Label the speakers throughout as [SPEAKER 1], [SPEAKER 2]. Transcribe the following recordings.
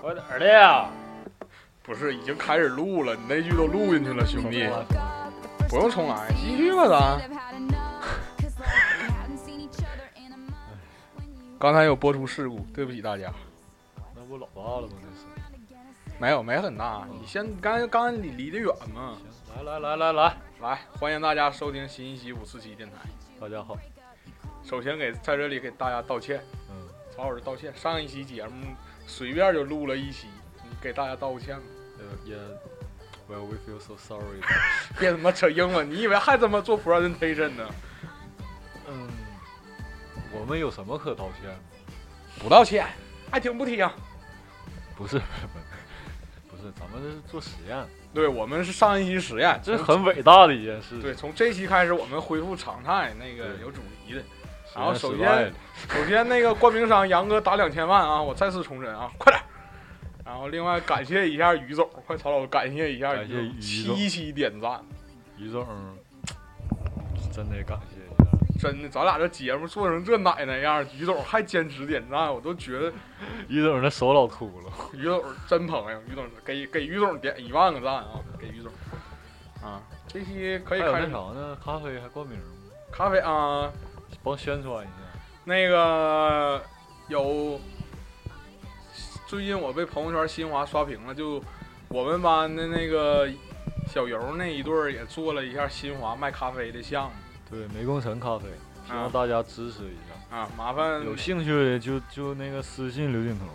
[SPEAKER 1] 快点儿的呀！
[SPEAKER 2] 不是，已经开始录了，你那句都录进去了，兄 弟，
[SPEAKER 1] 我
[SPEAKER 2] 不用重来，继续吧，咱。刚才有播出事故，对不起大家。
[SPEAKER 1] 那不老大了吗？这是。
[SPEAKER 2] 没有，没很大。你先，刚才刚才你离得远嘛。
[SPEAKER 1] 行，来来来来来，
[SPEAKER 2] 来，欢迎大家收听新一期五四七电台。
[SPEAKER 1] 大家好。
[SPEAKER 2] 首先给在这里给大家道歉，
[SPEAKER 1] 嗯，
[SPEAKER 2] 曹老师道歉，上一期节目随便就录了一期，你给大家道个歉吧。
[SPEAKER 1] 呃也也，Well we feel so sorry。
[SPEAKER 2] 别他妈扯英文，你以为还他妈做 presentation 呢？
[SPEAKER 1] 嗯，我们有什么可道歉的？
[SPEAKER 2] 不道歉，爱听不听。
[SPEAKER 1] 不是， 不是，咱们这是做实验，
[SPEAKER 2] 对我们是上一期实验，
[SPEAKER 1] 这是很伟大的一件事。
[SPEAKER 2] 对，从这期开始我们恢复常态，那个
[SPEAKER 1] 对
[SPEAKER 2] 有主题的。
[SPEAKER 1] 实
[SPEAKER 2] 然后
[SPEAKER 1] 验
[SPEAKER 2] 首
[SPEAKER 1] 失
[SPEAKER 2] 先
[SPEAKER 1] 败了，
[SPEAKER 2] 首先那个冠名商杨哥打两千万啊，我再次重申啊，快点儿。然后另外感谢一下于总，快曹老师感谢一下
[SPEAKER 1] 感谢
[SPEAKER 2] 于总，
[SPEAKER 1] 于总
[SPEAKER 2] 七期点赞，
[SPEAKER 1] 于总，真得感谢一下。
[SPEAKER 2] 真的，咱俩这节目做成这奶奶样，于总还坚持点赞，我都觉得
[SPEAKER 1] 于总那手老秃了。
[SPEAKER 2] 于总真朋友，于总给给于总点一万个赞啊，给于总啊，这期可
[SPEAKER 1] 还
[SPEAKER 2] 以
[SPEAKER 1] 有
[SPEAKER 2] 开
[SPEAKER 1] 那
[SPEAKER 2] 始
[SPEAKER 1] 啥呢？咖啡还冠名吗？
[SPEAKER 2] 咖啡啊。
[SPEAKER 1] 帮宣传一下。
[SPEAKER 2] 那个有，最近我被朋友圈新华刷屏了，就我们班的那个小游那一对儿也做了一下新华卖咖啡的项目
[SPEAKER 1] 对，梅工城咖啡，希望
[SPEAKER 2] 啊
[SPEAKER 1] 大家支持一下。
[SPEAKER 2] 啊，麻烦
[SPEAKER 1] 有兴趣的就就那个私信刘俊腾，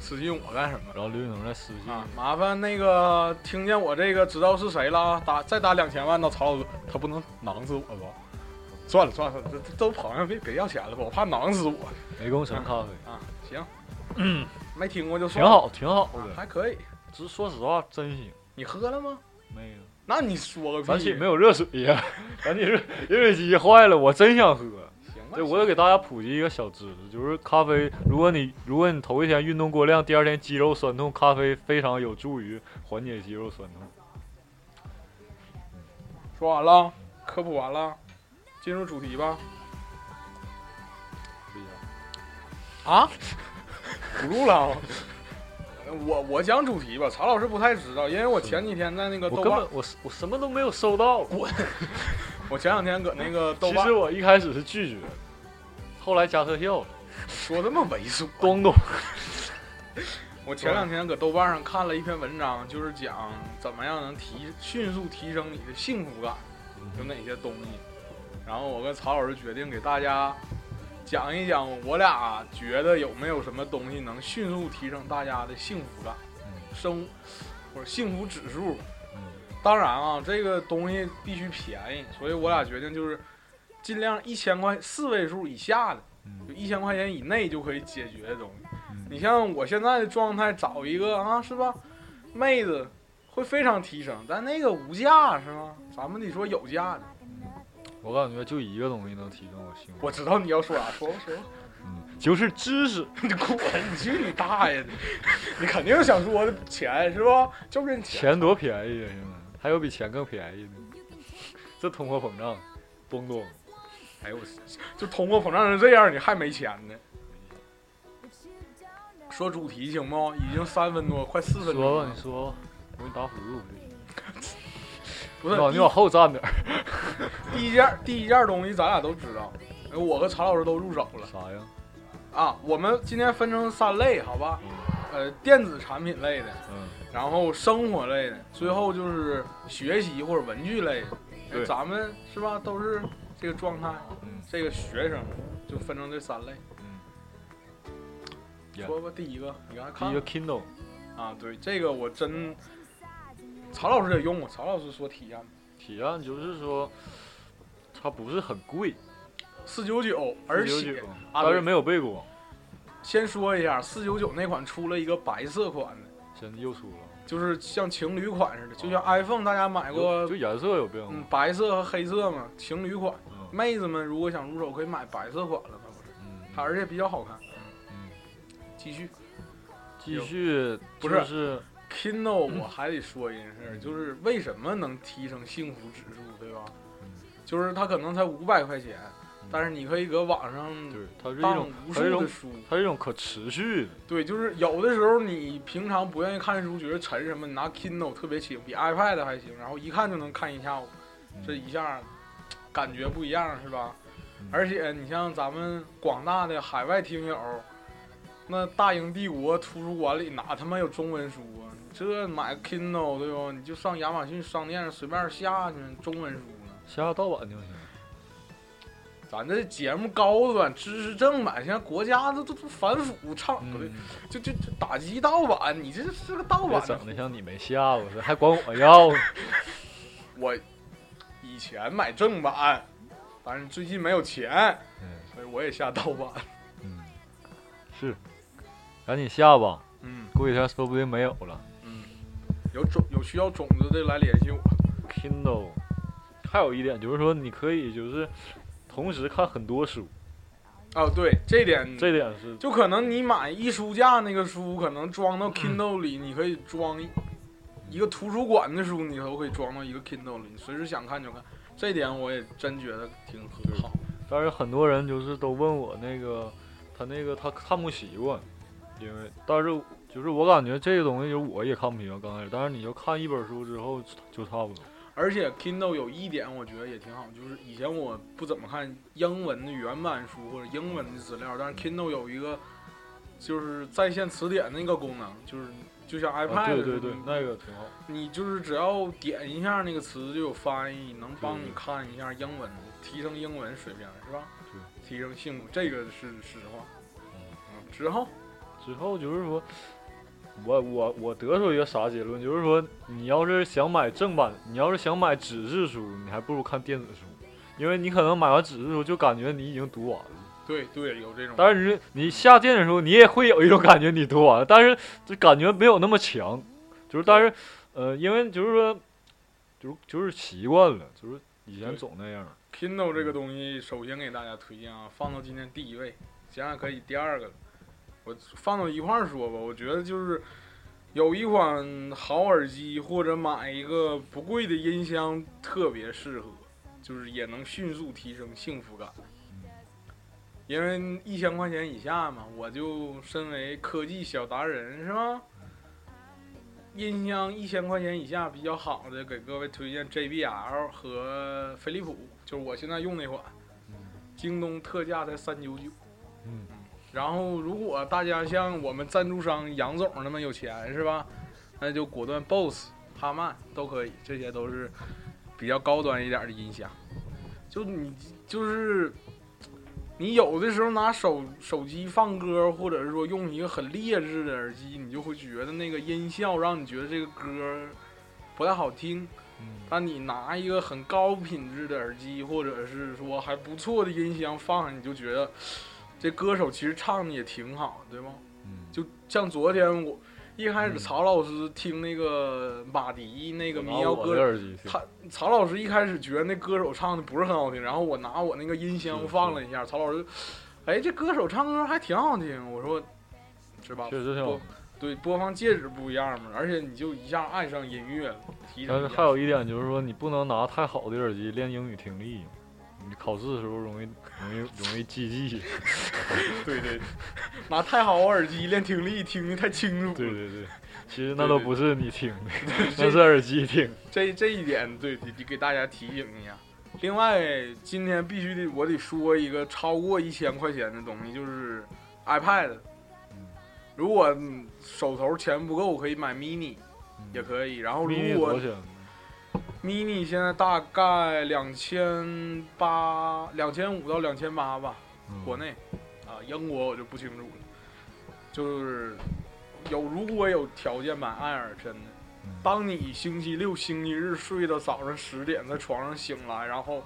[SPEAKER 2] 私信我干什么
[SPEAKER 1] 然后刘俊腾再私信。
[SPEAKER 2] 啊？麻烦那个听见我这个知道是谁了，打再打两千万到曹老师，他不能囊死我吧？算了算了，这这都朋友，别别要钱了吧，我怕囊死我
[SPEAKER 1] 梅工城咖啡
[SPEAKER 2] 啊。行，没听过就
[SPEAKER 1] 嗯挺
[SPEAKER 2] 算了，
[SPEAKER 1] 好，挺好
[SPEAKER 2] 啊
[SPEAKER 1] 的。
[SPEAKER 2] 还可以。
[SPEAKER 1] 只说实话，真行。
[SPEAKER 2] 你喝了吗？
[SPEAKER 1] 没有，
[SPEAKER 2] 那你说个屁！
[SPEAKER 1] 咱寝没有热水呀， 咱寝热热水机坏了，我真想喝。
[SPEAKER 2] 行吧，
[SPEAKER 1] 对，我也给大家普及一个小知识，就是咖啡，如果你如果你头一天运动过量，第二天肌肉酸痛，咖啡非常有助于缓解肌肉酸痛。
[SPEAKER 2] 说完了，科普完了，进入主题吧。
[SPEAKER 1] 厉害，
[SPEAKER 2] 啊？不录了啊。 我我讲主题吧，曹老师不太知道，因为我前几天在那个
[SPEAKER 1] 我
[SPEAKER 2] 豆
[SPEAKER 1] 根
[SPEAKER 2] 瓣
[SPEAKER 1] 本，我我什么都没有收到。
[SPEAKER 2] 我前两天搁那个豆
[SPEAKER 1] 其
[SPEAKER 2] 瓣
[SPEAKER 1] 实我一开始是拒绝的，后来加特效了。
[SPEAKER 2] 说这么猥琐。
[SPEAKER 1] 东东，
[SPEAKER 2] 我前两天搁豆瓣上看了一篇文章，就是讲怎么样能提迅速提升你的幸福感，有哪些东西。然后我跟曹老师决定给大家讲一讲，我俩觉得有没有什么东西能迅速提升大家的幸福感、生或者幸福指数。当然啊，这个东西必须便宜，所以我俩决定就是尽量一千块四位数以下的，就一千块钱以内就可以解决的东西。你像我现在的状态，找一个啊，是吧？妹子会非常提升，但那个无价是吗？咱们得说有价的。
[SPEAKER 1] 我感觉就一个东西能提升我幸福，
[SPEAKER 2] 我知道你要说啥，说吧说吧。
[SPEAKER 1] 嗯就是知识。
[SPEAKER 2] 你滚！你去你大爷的！你肯定想说钱是吧？就跟钱。
[SPEAKER 1] 钱多便宜啊！现在还有比钱更便宜的，这通货膨胀，东东，
[SPEAKER 2] 哎呦我，就通货膨胀成这样，你还没钱呢？说主题行不？已经三分多，快四
[SPEAKER 1] 说
[SPEAKER 2] 分钟
[SPEAKER 1] 吧
[SPEAKER 2] 了
[SPEAKER 1] 你。说吧，我给你打辅助。
[SPEAKER 2] 不
[SPEAKER 1] 你
[SPEAKER 2] 是
[SPEAKER 1] 往你往后站点儿，
[SPEAKER 2] 第第一件第一件东西，咱俩都知道，哎我和曹老师都入手了
[SPEAKER 1] 啥呀？
[SPEAKER 2] 啊。我们今天分成三类，好吧？呃，电子产品类的，
[SPEAKER 1] 嗯，
[SPEAKER 2] 然后生活类的，最后就是学习或者文具类的。哎
[SPEAKER 1] 对
[SPEAKER 2] 咱们是吧，都是这个状态，
[SPEAKER 1] 嗯
[SPEAKER 2] 这个学生就分成这三类。
[SPEAKER 1] Yeah
[SPEAKER 2] 说吧，第一个，你刚才
[SPEAKER 1] 第
[SPEAKER 2] 看
[SPEAKER 1] 一
[SPEAKER 2] 了
[SPEAKER 1] 个 Kindle，
[SPEAKER 2] 啊，对，这个我真，曹老师也用过，曹老师说体验
[SPEAKER 1] 体验就是说，它不是很贵，
[SPEAKER 2] 四九九，而且
[SPEAKER 1] 499
[SPEAKER 2] 啊
[SPEAKER 1] 但是
[SPEAKER 2] 对
[SPEAKER 1] 没有背光，
[SPEAKER 2] 先说一下，四九九那款出了一个白色款的，
[SPEAKER 1] 现在又出了，
[SPEAKER 2] 就是像情侣款似的，就像 iPhone 大家买过
[SPEAKER 1] 就，就颜啊色有变
[SPEAKER 2] 嗯
[SPEAKER 1] 化，。
[SPEAKER 2] 白色和黑色嘛，情侣款。
[SPEAKER 1] 嗯
[SPEAKER 2] 妹子们如果想入手，可以买白色款了，它不是，
[SPEAKER 1] 嗯
[SPEAKER 2] 它而且比较好看。
[SPEAKER 1] 嗯
[SPEAKER 2] 继续
[SPEAKER 1] 继续
[SPEAKER 2] 不
[SPEAKER 1] 就是是嗯
[SPEAKER 2] ，Kindle 我还得说一件事儿，就是
[SPEAKER 1] 嗯
[SPEAKER 2] 为什么能提升幸福指数，对吧？就是它可能才五百块钱，但是你可以搁网上
[SPEAKER 1] 对，它嗯是一
[SPEAKER 2] 当
[SPEAKER 1] 种，
[SPEAKER 2] 无
[SPEAKER 1] 它是一
[SPEAKER 2] 数
[SPEAKER 1] 种
[SPEAKER 2] 的，书。
[SPEAKER 1] 它是一种可持续的。
[SPEAKER 2] 对，就是有的时候你平常不愿意看书，觉得沉什么，你拿 Kindle 特别轻，比 iPad 还轻，然后一看就能看一下午，这一下感觉不一样，是吧？
[SPEAKER 1] 嗯
[SPEAKER 2] 而且你像咱们广大的海外听友，那大英帝国图书馆里哪他妈有中文书啊？你这买 Kindle 对吧？你就上亚马逊商店上随便下去，中文书呢？
[SPEAKER 1] 下盗版就行。
[SPEAKER 2] 咱这节目高端，知识正版，现在国家都都都反腐倡，不对，
[SPEAKER 1] 嗯，
[SPEAKER 2] 就就就打击盗版，你这是个盗
[SPEAKER 1] 别
[SPEAKER 2] 版
[SPEAKER 1] 整的
[SPEAKER 2] 的。
[SPEAKER 1] 像你没下过似的，还管我要呢。
[SPEAKER 2] 我以前买正版，但是最近没有钱，
[SPEAKER 1] 嗯
[SPEAKER 2] 所以我也下盗版。
[SPEAKER 1] 嗯，是，赶紧下吧，
[SPEAKER 2] 嗯
[SPEAKER 1] 过几天说不定没有了。
[SPEAKER 2] 嗯，有种有需要种子的来联系我。
[SPEAKER 1] Kindle，还有一点就是说，你可以就是同时看很多书，
[SPEAKER 2] 哦，对，这点
[SPEAKER 1] 这点是
[SPEAKER 2] 就可能你买一书架那个书，可能装到 Kindle 里，你可以装一一个图书馆的书，你都可以装到一个 Kindle 里，你随时想看就看。这点我也真觉得挺很好。
[SPEAKER 1] 但是很多人就是都问我那个他那个他看不习惯，因为但是就是我感觉这个东西就是我也看不习惯刚开始，但是你就看一本书之后就差不多。
[SPEAKER 2] 而且 Kindle 有一点我觉得也挺好，就是以前我不怎么看英文的原版书或者英文的资料，但是 Kindle 有一个就是在线词典那个功能，就是就像
[SPEAKER 1] 啊
[SPEAKER 2] iPad
[SPEAKER 1] 对
[SPEAKER 2] 似
[SPEAKER 1] 对
[SPEAKER 2] 的
[SPEAKER 1] 对，
[SPEAKER 2] 嗯
[SPEAKER 1] 那个挺好。
[SPEAKER 2] 你就是只要点一下那个词就有翻译，能帮你
[SPEAKER 1] 对
[SPEAKER 2] 看一下英文，提升英文水平是吧？
[SPEAKER 1] 对，
[SPEAKER 2] 提升幸福，这个是实话。嗯，之后
[SPEAKER 1] 之后就是说，我我我得出一个啥结论，就是说，你要是想买正版，你要是想买纸质书，你还不如看电子书，因为你可能买完纸质书就感觉你已经读完了，
[SPEAKER 2] 对对有这种，
[SPEAKER 1] 但是你下电子书，你也会有一种感觉你读完了，但是这感觉没有那么强，就是但是呃，因为就是说，就是就是习惯了，就是以前
[SPEAKER 2] 对
[SPEAKER 1] 总那样。
[SPEAKER 2] Kindle 这个东西，首先给大家推荐啊，放到今天第一位，现在可以第二个了。我放到一块儿说吧，我觉得就是有一款好耳机或者买一个不贵的音箱特别适合，就是也能迅速提升幸福感。因为一千块钱以下嘛，我就身为科技小达人是吧？音箱一千块钱以下比较好的，给各位推荐 JBL 和飞利浦，就是我现在用那款，京东特价才三九九。
[SPEAKER 1] 嗯，
[SPEAKER 2] 然后如果大家像我们赞助商杨总那么有钱是吧？那就果断 BOSS、哈曼都可以，这些都是比较高端一点的音箱。就你就是你有的时候拿手手机放歌，或者是说用一个很劣质的耳机，你就会觉得那个音效让你觉得这个歌不太好听。
[SPEAKER 1] 嗯，
[SPEAKER 2] 但你拿一个很高品质的耳机，或者是说还不错的音箱放上，你就觉得这歌手其实唱的也挺好，对吗？
[SPEAKER 1] 嗯
[SPEAKER 2] 就像昨天我一开始
[SPEAKER 1] 嗯
[SPEAKER 2] 曹老师听那个马迪那个民谣
[SPEAKER 1] 我拿我的
[SPEAKER 2] 歌，
[SPEAKER 1] 耳机听
[SPEAKER 2] 他曹老师一开始觉得那歌手唱的不是很好听，然后我拿我那个音箱
[SPEAKER 1] 是
[SPEAKER 2] 放了一下，曹老师，哎，这歌手唱歌还挺好听，我说是吧？
[SPEAKER 1] 确实挺好
[SPEAKER 2] 播。对，播放介质不一样嘛，而且你就一下爱上音乐了，提
[SPEAKER 1] 但
[SPEAKER 2] 升
[SPEAKER 1] 是
[SPEAKER 2] 一
[SPEAKER 1] 还
[SPEAKER 2] 下
[SPEAKER 1] 有一点就是说，你不能拿太好的耳机练英语听力，你考试的时候容易容易容易记 记。
[SPEAKER 2] 对对， 拿太好耳机练听力听的太清楚了。
[SPEAKER 1] 对对对， 其实那都不是你听的，那
[SPEAKER 2] 这
[SPEAKER 1] 是耳机听。
[SPEAKER 2] 这这一点，对，得得给大家提醒一下。另外，今天必须得我得说一个超过一千块钱的东西，就是 iPad
[SPEAKER 1] 嗯。
[SPEAKER 2] 如果嗯手头钱不够，可以买 mini 也可以。然后
[SPEAKER 1] 嗯迷你
[SPEAKER 2] 如
[SPEAKER 1] 多
[SPEAKER 2] 果
[SPEAKER 1] 少钱？
[SPEAKER 2] mini 现在大概两千八、两千五到两千八吧，
[SPEAKER 1] 嗯
[SPEAKER 2] 国内啊，英国我就不清楚了。就是有如果有条件买爱尔，真的。
[SPEAKER 1] 嗯
[SPEAKER 2] 当你星期六、星期日睡到早上十点，在床上醒来，然后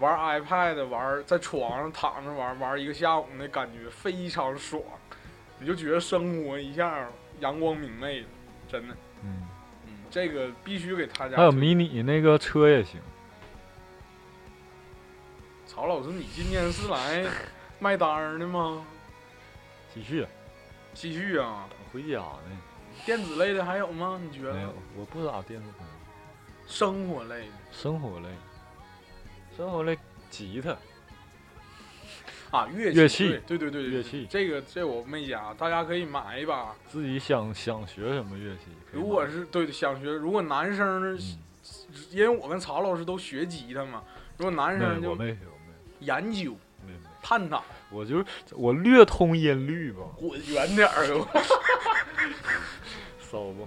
[SPEAKER 2] 玩 iPad，玩在床上躺着玩玩一个下午，那感觉非常爽，你就觉得生活一下阳光明媚了，真的。
[SPEAKER 1] 嗯
[SPEAKER 2] 嗯，这个必须给大家。
[SPEAKER 1] 还有迷你那个车也行，
[SPEAKER 2] 曹老师，你今天是来卖单儿的吗？
[SPEAKER 1] 继续
[SPEAKER 2] 继续啊，
[SPEAKER 1] 回家呢。
[SPEAKER 2] 电子类的还有吗？你觉
[SPEAKER 1] 没
[SPEAKER 2] 得
[SPEAKER 1] 有？，我不咋电子屏，
[SPEAKER 2] 生活类的，
[SPEAKER 1] 生活类，生活类吉他，
[SPEAKER 2] 啊，乐
[SPEAKER 1] 乐器
[SPEAKER 2] 器，对对对对，
[SPEAKER 1] 乐器
[SPEAKER 2] 这个这我没加，大家可以买一把。
[SPEAKER 1] 自己想想学什么乐器，可以
[SPEAKER 2] 如果
[SPEAKER 1] 买
[SPEAKER 2] 是对想学，如果男生，
[SPEAKER 1] 嗯
[SPEAKER 2] 因为我跟曹老师都学吉他嘛，如果男生
[SPEAKER 1] 没我
[SPEAKER 2] 就
[SPEAKER 1] 没学，我
[SPEAKER 2] 研究
[SPEAKER 1] 没没没，
[SPEAKER 2] 探讨，
[SPEAKER 1] 我就是我略通音律吧，
[SPEAKER 2] 滚远点儿哟。
[SPEAKER 1] 骚吧，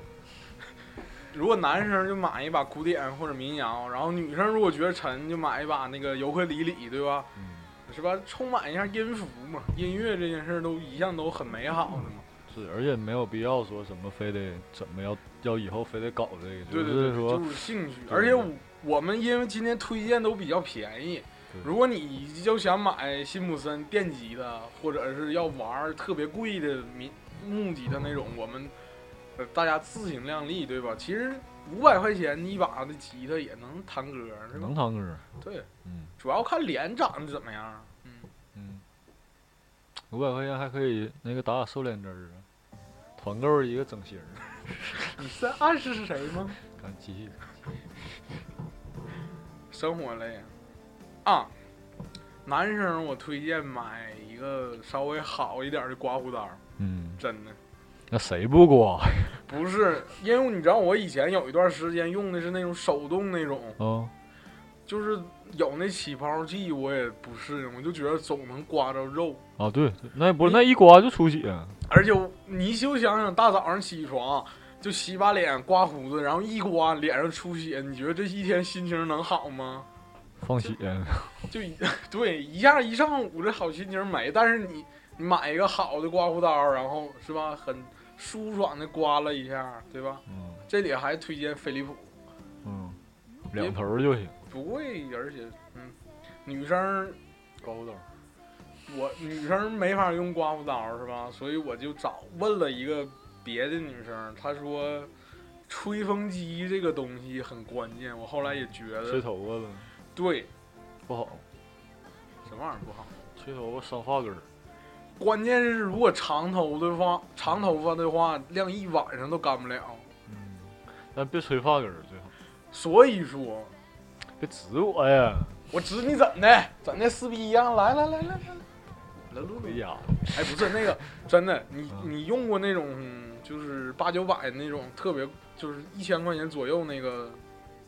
[SPEAKER 2] 如果男生就买一把古典或者民谣，然后女生如果觉得沉，就买一把那个尤克里里，对吧？
[SPEAKER 1] 嗯，
[SPEAKER 2] 是吧？充满一下音符嘛，音乐这件事儿都一向都很美好的嘛。
[SPEAKER 1] 是，而且没有必要说什么非得怎么要要以后非得搞这个，
[SPEAKER 2] 对对
[SPEAKER 1] 就
[SPEAKER 2] 对，
[SPEAKER 1] 是说
[SPEAKER 2] 就是兴趣。
[SPEAKER 1] 对
[SPEAKER 2] 而且我我们因为今天推荐都比较便宜
[SPEAKER 1] 对，
[SPEAKER 2] 如果你要想买辛普森电吉他，或者是要玩儿特别贵的民木吉他那种，我们呃大家自行量力，对吧？其实五百块钱一把的吉他也能弹歌，是吧
[SPEAKER 1] 能？唱歌儿，
[SPEAKER 2] 对，
[SPEAKER 1] 嗯
[SPEAKER 2] 主要看脸长得怎么样。嗯，
[SPEAKER 1] 嗯，五百块钱还可以那个打打瘦脸针儿啊，团购一个整形儿，
[SPEAKER 2] 你在暗示谁吗？
[SPEAKER 1] 赶紧继续，
[SPEAKER 2] 生活类啊，男生我推荐买一个稍微好一点儿的刮胡刀儿，
[SPEAKER 1] 嗯，
[SPEAKER 2] 真的。
[SPEAKER 1] 那谁不刮呀？
[SPEAKER 2] 不是，因为你知道我以前有一段时间用的是那种手动那种，
[SPEAKER 1] 啊，
[SPEAKER 2] 就是有那起泡剂，我也不适应，我就觉得总能刮着肉。
[SPEAKER 1] 啊对，对那不是那一刮就出血，
[SPEAKER 2] 而且我你就想想，大早上起床就洗把脸、刮胡子，然后一刮脸上出血，你觉得这一天心情能好吗？
[SPEAKER 1] 放血，
[SPEAKER 2] 就一 对一下一上午这好心情没，但是你你买一个好的刮胡刀，然后是吧，很舒爽的刮了一下，对吧？
[SPEAKER 1] 嗯
[SPEAKER 2] 这里还推荐飞利浦。
[SPEAKER 1] 嗯，两头儿就行，
[SPEAKER 2] 不贵，而且嗯，女生儿
[SPEAKER 1] 刮胡刀，
[SPEAKER 2] 我女生儿没法用刮胡刀是吧？所以我就找问了一个别的女生儿，她说吹风机这个东西很关键。我后来也觉
[SPEAKER 1] 吹
[SPEAKER 2] 得
[SPEAKER 1] 头发了
[SPEAKER 2] 对，
[SPEAKER 1] 不好，
[SPEAKER 2] 什么玩意儿不好？
[SPEAKER 1] 吹头发伤发根儿，
[SPEAKER 2] 关键是如果长头的话，长头发的话晾一晚上都干不了。
[SPEAKER 1] 嗯，但别吹发根儿最好，
[SPEAKER 2] 所以说，
[SPEAKER 1] 别指我呀，
[SPEAKER 2] 我指你怎的，怎的撕逼一样，来来来来来，来录录
[SPEAKER 1] 哎。呀，
[SPEAKER 2] 哎，不是那个，真的，你
[SPEAKER 1] 嗯
[SPEAKER 2] 你用过那种就是八九百那种特别就是一千块钱左右那个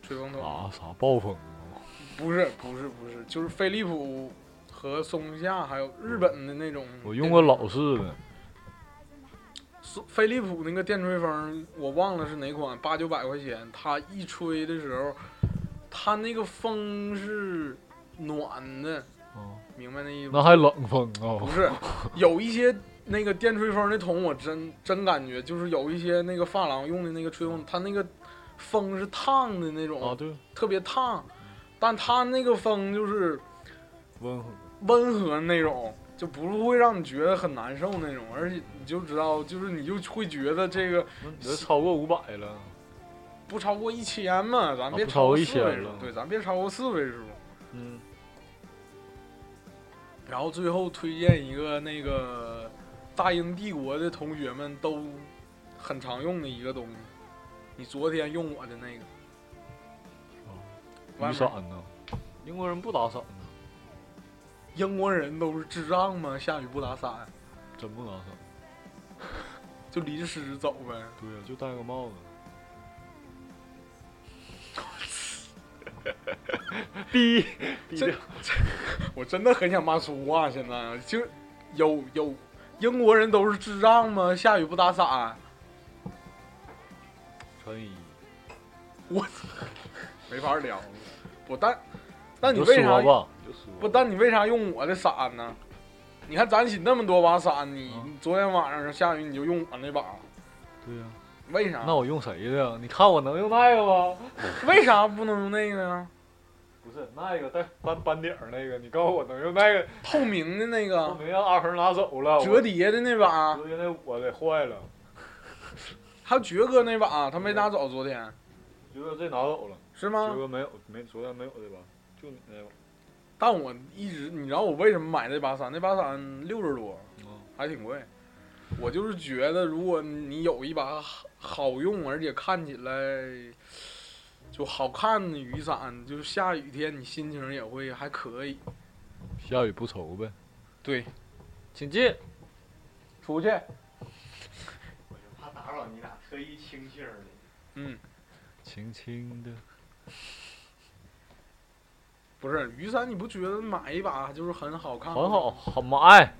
[SPEAKER 2] 吹风筒？
[SPEAKER 1] 啊啥暴风啊，
[SPEAKER 2] 不是不是不是，就是飞利浦和松下还有日本的那种。
[SPEAKER 1] 嗯我用过老式的，
[SPEAKER 2] 松飞利浦那个电吹风，我忘了是哪款，八九百块钱，它一吹的时候，它那个风是暖的，
[SPEAKER 1] 啊，
[SPEAKER 2] 明白那意思吗？
[SPEAKER 1] 那还冷风
[SPEAKER 2] 不
[SPEAKER 1] 啊，
[SPEAKER 2] 是，有一些那个电吹风那桶，我真真感觉就是有一些那个发廊用的那个吹风，它那个风是烫的那种，
[SPEAKER 1] 啊对，
[SPEAKER 2] 特别烫，但它那个风就是
[SPEAKER 1] 温和，
[SPEAKER 2] 温和那种，就不是会让你觉得很难受那种，而且你就知道，就是你就会觉得这个
[SPEAKER 1] 那你这超过五百了。
[SPEAKER 2] 不超过一千嘛，咱
[SPEAKER 1] 啊
[SPEAKER 2] 别
[SPEAKER 1] 不
[SPEAKER 2] 超
[SPEAKER 1] 超
[SPEAKER 2] 过
[SPEAKER 1] 过一
[SPEAKER 2] 四
[SPEAKER 1] 千
[SPEAKER 2] 位数
[SPEAKER 1] 了
[SPEAKER 2] 对，咱别超过四位数。
[SPEAKER 1] 嗯，
[SPEAKER 2] 然后最后推荐一个那个大英帝国的同学们都很常用的一个东西，你昨天用我的那个外
[SPEAKER 1] 哦雨
[SPEAKER 2] 面
[SPEAKER 1] 伞呢？英国人不打伞呢，
[SPEAKER 2] 英国人都是智障吗？下雨不打伞，
[SPEAKER 1] 真不打伞。
[SPEAKER 2] 就淋湿走呗。
[SPEAKER 1] 对呀，就戴个帽子。 逼逼
[SPEAKER 2] 这我真的很想骂粗话，现在就有有英国人都是智障吗？下雨不啊打伞，
[SPEAKER 1] 穿雨衣，
[SPEAKER 2] 没法聊了。我但那你
[SPEAKER 1] 就
[SPEAKER 2] 为啥
[SPEAKER 1] 说吧，就说
[SPEAKER 2] 不，但你为啥用我的伞呢？你看咱起那么多把伞，你
[SPEAKER 1] 嗯
[SPEAKER 2] 你昨天晚上下雨你就用我那把，
[SPEAKER 1] 对呀，
[SPEAKER 2] 为啥？
[SPEAKER 1] 那我用谁的呀？你看我能用那个吗？
[SPEAKER 2] 为啥不能用那个呢？
[SPEAKER 1] 不是那个带斑斑点儿那个，你告诉我能用那个，
[SPEAKER 2] 透明的那
[SPEAKER 1] 我
[SPEAKER 2] 个
[SPEAKER 1] 没让阿恒拿走了。我
[SPEAKER 2] 折叠的那把，
[SPEAKER 1] 折叠那我给坏了，
[SPEAKER 2] 还有爵哥那把，他没拿走，昨天
[SPEAKER 1] 觉得这拿走了，
[SPEAKER 2] 是
[SPEAKER 1] 结
[SPEAKER 2] 吗？
[SPEAKER 1] 果没有没昨天没有对吧？就你那个。
[SPEAKER 2] 但我一直，你知道我为什么买这把伞？那把伞六十多，
[SPEAKER 1] 嗯
[SPEAKER 2] 还挺贵。我就是觉得，如果你有一把好好用，而且看起来就好看的雨伞，就是下雨天你心情也会还可以。
[SPEAKER 1] 下雨不愁呗。
[SPEAKER 2] 对，
[SPEAKER 1] 请进。
[SPEAKER 2] 出去。
[SPEAKER 3] 我就怕打扰你俩，特意清气儿的。
[SPEAKER 2] 嗯，
[SPEAKER 1] 轻轻的，
[SPEAKER 2] 不是雨伞，你不觉得买一把就是很好看？
[SPEAKER 1] 很好，。好买。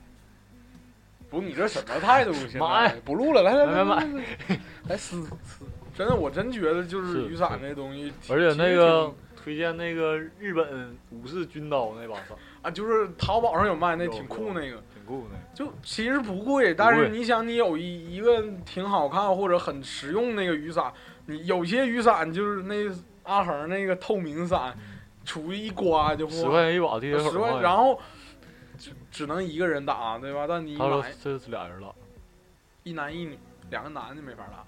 [SPEAKER 2] 不是你这什么态度？现
[SPEAKER 1] 妈
[SPEAKER 2] 在不录了，来来来
[SPEAKER 1] 买
[SPEAKER 2] 来来，来撕撕！真的，我真觉得就是
[SPEAKER 1] 是
[SPEAKER 2] 雨伞那东西挺，
[SPEAKER 1] 而且
[SPEAKER 2] 其
[SPEAKER 1] 那
[SPEAKER 2] 实
[SPEAKER 1] 个
[SPEAKER 2] 挺
[SPEAKER 1] 推荐那个日本武士军刀那把伞，
[SPEAKER 2] 啊，就是淘宝上有卖那
[SPEAKER 1] 有
[SPEAKER 2] 挺
[SPEAKER 1] 有
[SPEAKER 2] 酷那个，
[SPEAKER 1] 挺酷那
[SPEAKER 2] 就其实不贵，但
[SPEAKER 1] 贵
[SPEAKER 2] 是你想，你有一一个挺好看或者很实用那个雨伞，你有些雨伞就是那阿恒那个透明伞，出去一刮就呃
[SPEAKER 1] 个，嗯十块钱一把，地铁口
[SPEAKER 2] 十
[SPEAKER 1] 儿卖
[SPEAKER 2] 块，然后只只能一个人打，对吧？但你
[SPEAKER 1] 他说
[SPEAKER 2] 买
[SPEAKER 1] 这是俩人了，
[SPEAKER 2] 一男一女，两个男的没法打吧？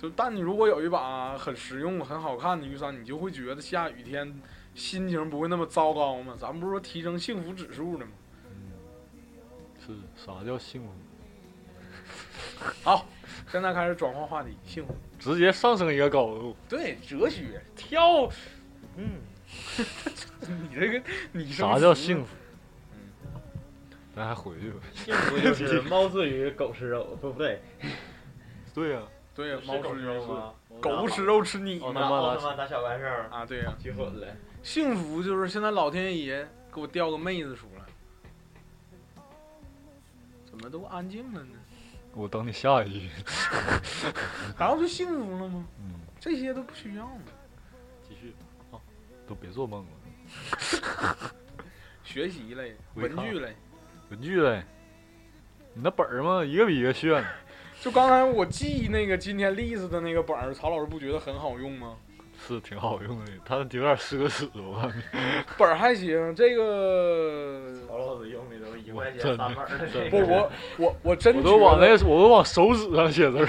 [SPEAKER 2] 就但你如果有一把很实用、很好看的雨伞，你就会觉得下雨天心情不会那么糟糕嘛。咱们不是说提升幸福指数的吗？
[SPEAKER 1] 嗯，是啥叫幸福？
[SPEAKER 2] 好，现在开始转换话题，幸福。
[SPEAKER 1] 直接上升一个高度，
[SPEAKER 2] 对，哲学跳，嗯， 你这个你
[SPEAKER 1] 啥叫幸
[SPEAKER 2] 福？
[SPEAKER 1] 福？
[SPEAKER 2] 嗯
[SPEAKER 1] 咱还回去吧。
[SPEAKER 3] 幸福就是猫似鱼，狗吃肉，不不对，
[SPEAKER 1] 对呀、
[SPEAKER 2] 对呀，
[SPEAKER 3] 是
[SPEAKER 2] 猫
[SPEAKER 3] 狗
[SPEAKER 2] 吃
[SPEAKER 3] 吃
[SPEAKER 2] 肉
[SPEAKER 3] 肉
[SPEAKER 2] 吗？
[SPEAKER 3] 吗？
[SPEAKER 2] 狗吃肉吃你
[SPEAKER 3] 我
[SPEAKER 1] 哦
[SPEAKER 3] 拿
[SPEAKER 2] 吗？
[SPEAKER 1] 他妈
[SPEAKER 3] 奥
[SPEAKER 1] 的
[SPEAKER 3] 特曼打小怪兽儿
[SPEAKER 2] 啊，对呀、
[SPEAKER 3] 举混 了。
[SPEAKER 2] 幸福就是现在老天爷给我调个妹子出来，怎么都安静 了呢？
[SPEAKER 1] 我等你下一句。
[SPEAKER 2] 然后就幸福了吗？
[SPEAKER 1] 嗯，
[SPEAKER 2] 这些都不需要呢。
[SPEAKER 1] 继续啊，都别做梦了。
[SPEAKER 2] 学习类、
[SPEAKER 1] 违
[SPEAKER 2] 文
[SPEAKER 1] 抗
[SPEAKER 2] 具类，
[SPEAKER 1] 文具嘞，你那本儿嘛，一个比一个炫。
[SPEAKER 2] 就刚才我记那个今天例子的那个本儿，曹老师不觉得很好用吗？
[SPEAKER 1] 是挺好用的，它有点奢侈，我感觉。
[SPEAKER 2] 本儿还行，这个
[SPEAKER 3] 曹老子用的都一块钱
[SPEAKER 1] 真的
[SPEAKER 3] 三本儿的
[SPEAKER 1] 真
[SPEAKER 3] 那
[SPEAKER 2] 不，
[SPEAKER 1] 的
[SPEAKER 3] 个，
[SPEAKER 2] 我我我真
[SPEAKER 1] 我
[SPEAKER 2] 觉
[SPEAKER 1] 都
[SPEAKER 2] 得
[SPEAKER 1] 往那，我都往手指上写字儿。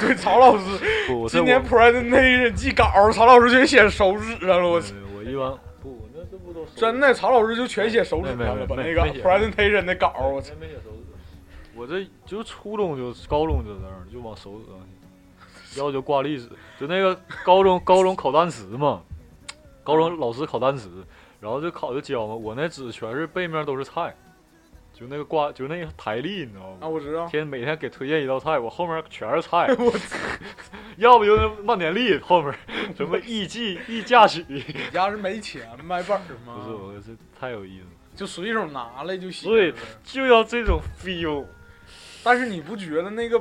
[SPEAKER 2] 对曹老 师
[SPEAKER 1] 不，我这
[SPEAKER 2] 今天 presentation 记稿儿，曹老师全写手指上了，
[SPEAKER 1] 我
[SPEAKER 2] 我
[SPEAKER 1] 嗯我一般不，那这不都
[SPEAKER 2] 真的，曹老师就全写手指上了，把
[SPEAKER 1] 没
[SPEAKER 2] 那
[SPEAKER 1] 没
[SPEAKER 2] 个
[SPEAKER 1] 没写
[SPEAKER 2] presentation 的稿儿，我操，
[SPEAKER 1] 没写手指。我这就初中就高中就这样，就往手指上写，要就挂历史，就那个高中 高中考单词嘛，高中老师考单词，然后就考就教嘛，我那纸全是背面都是菜，就那个挂就那个台历，你知道吗？
[SPEAKER 2] 啊，我知道，
[SPEAKER 1] 天每天给推荐一道菜，我后面全是菜， 要不就那万年历后面什么艺伎艺嫁娶，
[SPEAKER 2] 你家是没钱买本儿
[SPEAKER 1] 不是
[SPEAKER 2] 吗？
[SPEAKER 1] 我这太有意思了，
[SPEAKER 2] 就随手拿来就写
[SPEAKER 1] 对
[SPEAKER 2] 呗。
[SPEAKER 1] 就要这种 feel，
[SPEAKER 2] 但是你不觉得那个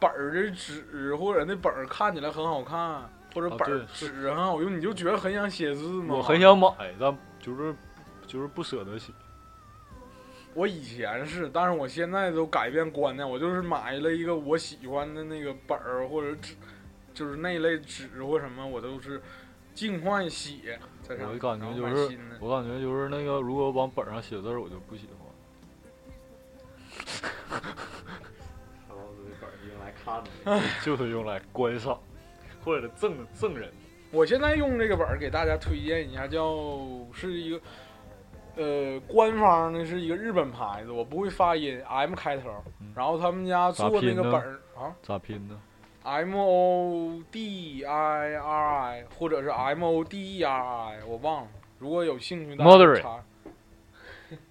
[SPEAKER 2] 本儿的纸或者那本儿看起来很好看，或者
[SPEAKER 1] 啊
[SPEAKER 2] 本儿
[SPEAKER 1] 对是
[SPEAKER 2] 纸很好用，你就觉得很想写字吗？
[SPEAKER 1] 我很，想买，但就是就是不舍得写，
[SPEAKER 2] 我以前是，但是我现在都改变观念，我就是买了一个我喜欢的那个本儿或者纸，就是那类纸或什么，我都是尽快写在上
[SPEAKER 1] 我
[SPEAKER 2] 面。
[SPEAKER 1] 感觉
[SPEAKER 2] 然后
[SPEAKER 1] 就
[SPEAKER 2] 买
[SPEAKER 1] 是
[SPEAKER 2] 新的
[SPEAKER 1] 我感觉就是那个如果往本上写字儿，我就不喜欢，
[SPEAKER 3] 曹老子的本儿用来看的，
[SPEAKER 1] 就是用来观赏 或者赠赠人，
[SPEAKER 2] 我现在用这个本儿给大家推荐一下，叫是一个呃官方的是一个日本牌子，我不会发音，M 开头
[SPEAKER 1] 嗯。
[SPEAKER 2] 然后他们家做那个本儿啊
[SPEAKER 1] 咋拼呢？
[SPEAKER 2] ，M O D I R I 或者是 M O D E R I，我忘了。如果有兴趣，大家
[SPEAKER 1] Moderate
[SPEAKER 2] 查。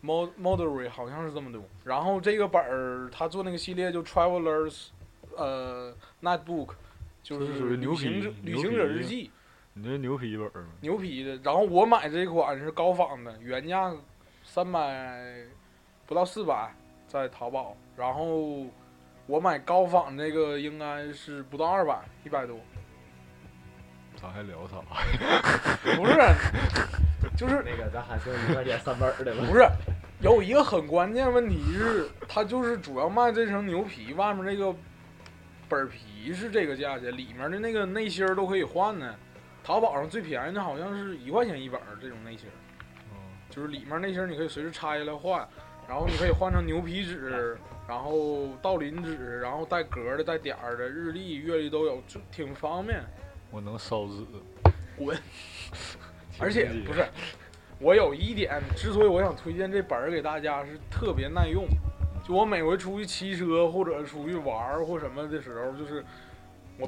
[SPEAKER 2] Mod Moderate 好像是这么读。然后这个本儿他做那个系列就 Travelers，呃，Notebook，就
[SPEAKER 1] 这属于
[SPEAKER 2] 是
[SPEAKER 1] 牛皮
[SPEAKER 2] 旅行者
[SPEAKER 1] 牛
[SPEAKER 2] 旅行者
[SPEAKER 1] 皮
[SPEAKER 2] 日记。
[SPEAKER 1] 你这牛皮本儿吗？
[SPEAKER 2] 牛皮的。然后我买这款是高仿的，原价三百不到四百，在淘宝。然后我买高仿这个应该是不到二百，一百多。
[SPEAKER 1] 咱还聊啥？
[SPEAKER 2] 不是，就是
[SPEAKER 3] 那个咱还剩一块钱三本儿的吧？
[SPEAKER 2] 不是。有一个很关键问题是，它就是主要卖这层牛皮，外面这个本儿皮是这个价钱，里面的那个内芯儿都可以换呢。淘宝上最便宜的好像是一块钱一本儿这种内芯儿。
[SPEAKER 1] 嗯
[SPEAKER 2] 就是里面那芯儿你可以随时拆下来换，然后你可以换成牛皮纸，然后道林纸，然后带格儿的、带点儿的，日历、月历都有，就挺方便。
[SPEAKER 1] 我能烧纸，
[SPEAKER 2] 滚！
[SPEAKER 1] 挺
[SPEAKER 2] 而且
[SPEAKER 1] 理解
[SPEAKER 2] 不是，我有一点，之所以我想推荐这本儿给大家是特别耐用，就我每回出去骑车或者出去玩儿或什么的时候，就是我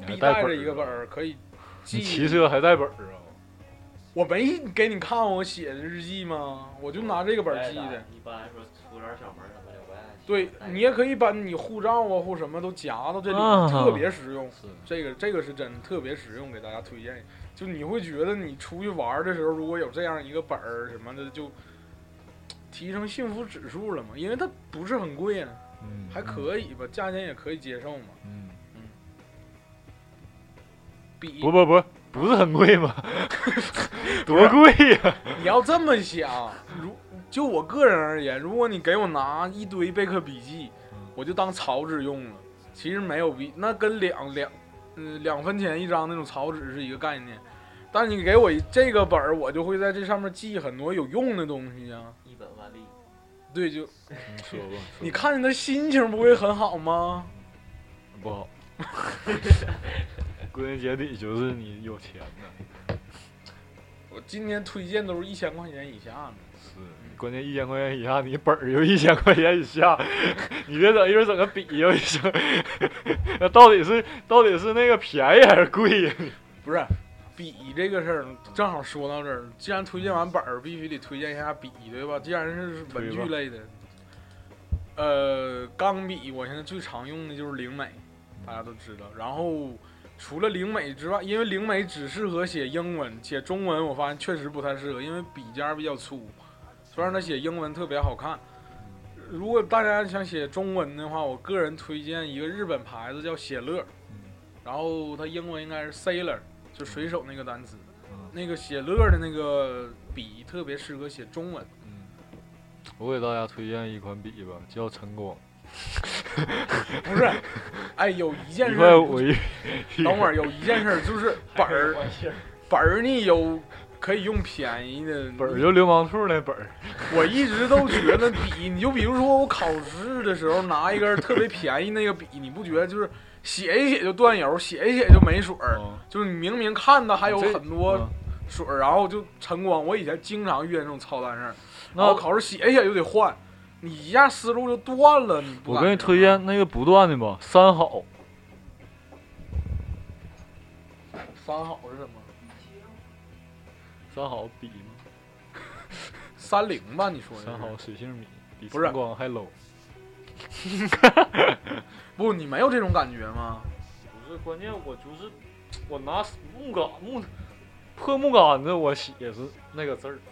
[SPEAKER 1] 你还
[SPEAKER 2] 必
[SPEAKER 1] 带
[SPEAKER 2] 带
[SPEAKER 1] 本儿
[SPEAKER 2] 着一个
[SPEAKER 1] 呢
[SPEAKER 2] 本儿，可以
[SPEAKER 1] 你骑
[SPEAKER 2] 记。
[SPEAKER 1] 车还带本儿啊？
[SPEAKER 2] 我没给你看我写的日记吗？我就拿这个本儿记的。
[SPEAKER 3] 一般来说，出门儿小门儿什么的，我也喜欢
[SPEAKER 2] 对
[SPEAKER 3] 带
[SPEAKER 2] 你
[SPEAKER 3] 着
[SPEAKER 2] 也可以把你护照啊或什么都夹到这里，
[SPEAKER 1] 啊
[SPEAKER 2] 特别实用。
[SPEAKER 1] 是
[SPEAKER 2] 这个这个是真特别实用，给大家推荐。就你会觉得你出去玩儿的时候，如果有这样一个本儿什么的，就提升幸福指数了嘛。因为它不是很贵啊，
[SPEAKER 1] 嗯，
[SPEAKER 2] 还可以吧，价钱也可以接受嘛。
[SPEAKER 1] 嗯，
[SPEAKER 2] 比
[SPEAKER 1] 不不不，不是很贵 吗？多贵呀、
[SPEAKER 2] 你要这么想，如就我个人而言，如果你给我拿一堆备课笔记
[SPEAKER 1] 嗯，
[SPEAKER 2] 我就当草纸用了。其实没有比那跟两两嗯两分钱一张那种草纸是一个概念。但你给我一这个本儿，我就会在这上面记很多有用的东西啊。
[SPEAKER 3] 一本 万利。
[SPEAKER 2] 对，就
[SPEAKER 1] 你说吧，
[SPEAKER 2] 你看见他心情不会很好吗？
[SPEAKER 1] 不好。 归根结底就是你有钱呢，
[SPEAKER 2] 我今天推荐都是一千块钱以下的，
[SPEAKER 1] 是关键一千块钱以下，你本儿就一千块钱以下， 你别整一会儿整个笔呀，一整， 那到底是到底是那个便宜还是贵呀？
[SPEAKER 2] 不是笔这个事儿，正好说到这儿。既然推荐完本儿，必须得推荐一下笔，对吧？既然是文具类的，呃，钢笔我现在最常用的就是灵美，大家都知道。然后除了灵美之外，因为灵美只适合写英文，写中文我发现确实不太适合，因为笔尖儿比较粗。虽然它写英文特别好看，如果大家想写中文的话，我个人推荐一个日本牌子叫写乐，然后它英文应该是 sailor，就水手那个单词。
[SPEAKER 1] 嗯
[SPEAKER 2] 那个写乐的那个笔特别适合写中文，
[SPEAKER 1] 嗯，我给大家推荐一款笔吧，叫晨光，
[SPEAKER 2] 不是？哎，有一件
[SPEAKER 1] 一
[SPEAKER 2] 事
[SPEAKER 1] 块
[SPEAKER 2] 儿，
[SPEAKER 1] 五一。
[SPEAKER 2] 等会儿有一件事儿就是本儿 本儿呢有可以用便宜的
[SPEAKER 1] 本儿就流氓兔那本儿，
[SPEAKER 2] 我一直都觉得笔，你就比如说我考试的时候拿一根特别便宜那个笔，你不觉得就是写一写就断油，写一写就没水儿，
[SPEAKER 1] 嗯
[SPEAKER 2] 就是你明明看它还有
[SPEAKER 1] 这哦
[SPEAKER 2] 很
[SPEAKER 1] 嗯
[SPEAKER 2] 多水儿，然后就晨光。我以前经常遇见这种操蛋事儿，然
[SPEAKER 1] 那
[SPEAKER 2] 后考试写一写就得换，你一下思路就断了。你不
[SPEAKER 1] 我
[SPEAKER 2] 感
[SPEAKER 1] 给你
[SPEAKER 2] 觉
[SPEAKER 1] 推
[SPEAKER 2] 吗
[SPEAKER 1] 荐那个不断的吧，三好，
[SPEAKER 2] 三好是什么？
[SPEAKER 1] 三好笔吗？
[SPEAKER 2] 三菱吧？你说的是
[SPEAKER 1] 三好水性笔比
[SPEAKER 2] 不是
[SPEAKER 1] 晨光还 low。
[SPEAKER 2] 不？你没有这种感觉吗？
[SPEAKER 1] 不是，关键我就是我拿木杆木破木杆子，我写是那个字儿，啊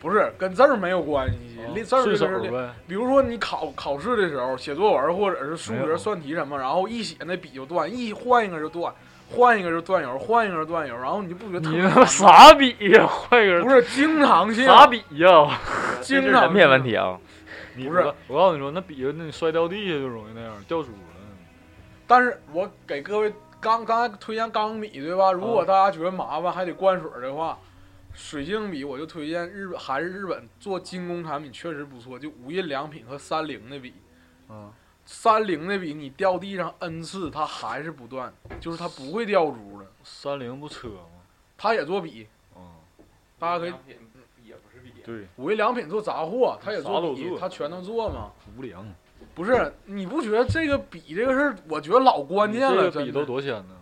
[SPEAKER 2] 不是，跟字儿没有关系，练字儿
[SPEAKER 1] 顺手
[SPEAKER 2] 就是练。
[SPEAKER 1] 呗。
[SPEAKER 2] 比如说你考考试的时候写作文或者是数
[SPEAKER 1] 没
[SPEAKER 2] 学
[SPEAKER 1] 有
[SPEAKER 2] 算题什么，然后一写那笔就断，一换一个就断，换一个就断油，换一个就断油，然后你就不觉得特
[SPEAKER 1] 你
[SPEAKER 2] 别
[SPEAKER 1] 他
[SPEAKER 2] 烦吗
[SPEAKER 1] 妈？啥笔呀？换一个
[SPEAKER 2] 不
[SPEAKER 1] 人
[SPEAKER 2] 是经常性，
[SPEAKER 1] 啥笔呀？
[SPEAKER 2] 经
[SPEAKER 4] 这是
[SPEAKER 2] 常
[SPEAKER 4] 人品
[SPEAKER 2] 性
[SPEAKER 4] 问题啊！
[SPEAKER 1] 你
[SPEAKER 2] 不是
[SPEAKER 1] 我我告诉你说，那笔那你摔掉地下就容易那样，掉珠了。
[SPEAKER 2] 但是我给各位刚刚才推荐钢笔对
[SPEAKER 1] 嗯
[SPEAKER 2] 吧？如果大家觉得麻烦还得灌水的话，水性笔我就推荐日本还是日本做精工产品确实不错，就无印良品和三菱的笔。嗯
[SPEAKER 1] 啊，
[SPEAKER 2] 三菱的笔你掉地上 n 次它还是不断，就是它不会掉珠的。
[SPEAKER 1] 三菱不车吗？
[SPEAKER 2] 它也做笔，
[SPEAKER 1] 啊，
[SPEAKER 2] 大家可以
[SPEAKER 3] 商品也不是笔，
[SPEAKER 1] 对，
[SPEAKER 2] 无印良品做杂货，它也
[SPEAKER 1] 啥
[SPEAKER 2] 做
[SPEAKER 1] 都
[SPEAKER 2] 笔，
[SPEAKER 1] 做
[SPEAKER 2] 它全都做嘛。
[SPEAKER 1] 无良。
[SPEAKER 2] 不是，你不觉得这个笔这个事儿，我觉得老关键
[SPEAKER 1] 你
[SPEAKER 2] 了，
[SPEAKER 1] 这个
[SPEAKER 2] 真
[SPEAKER 1] 笔
[SPEAKER 2] 的
[SPEAKER 1] 都多少钱呢？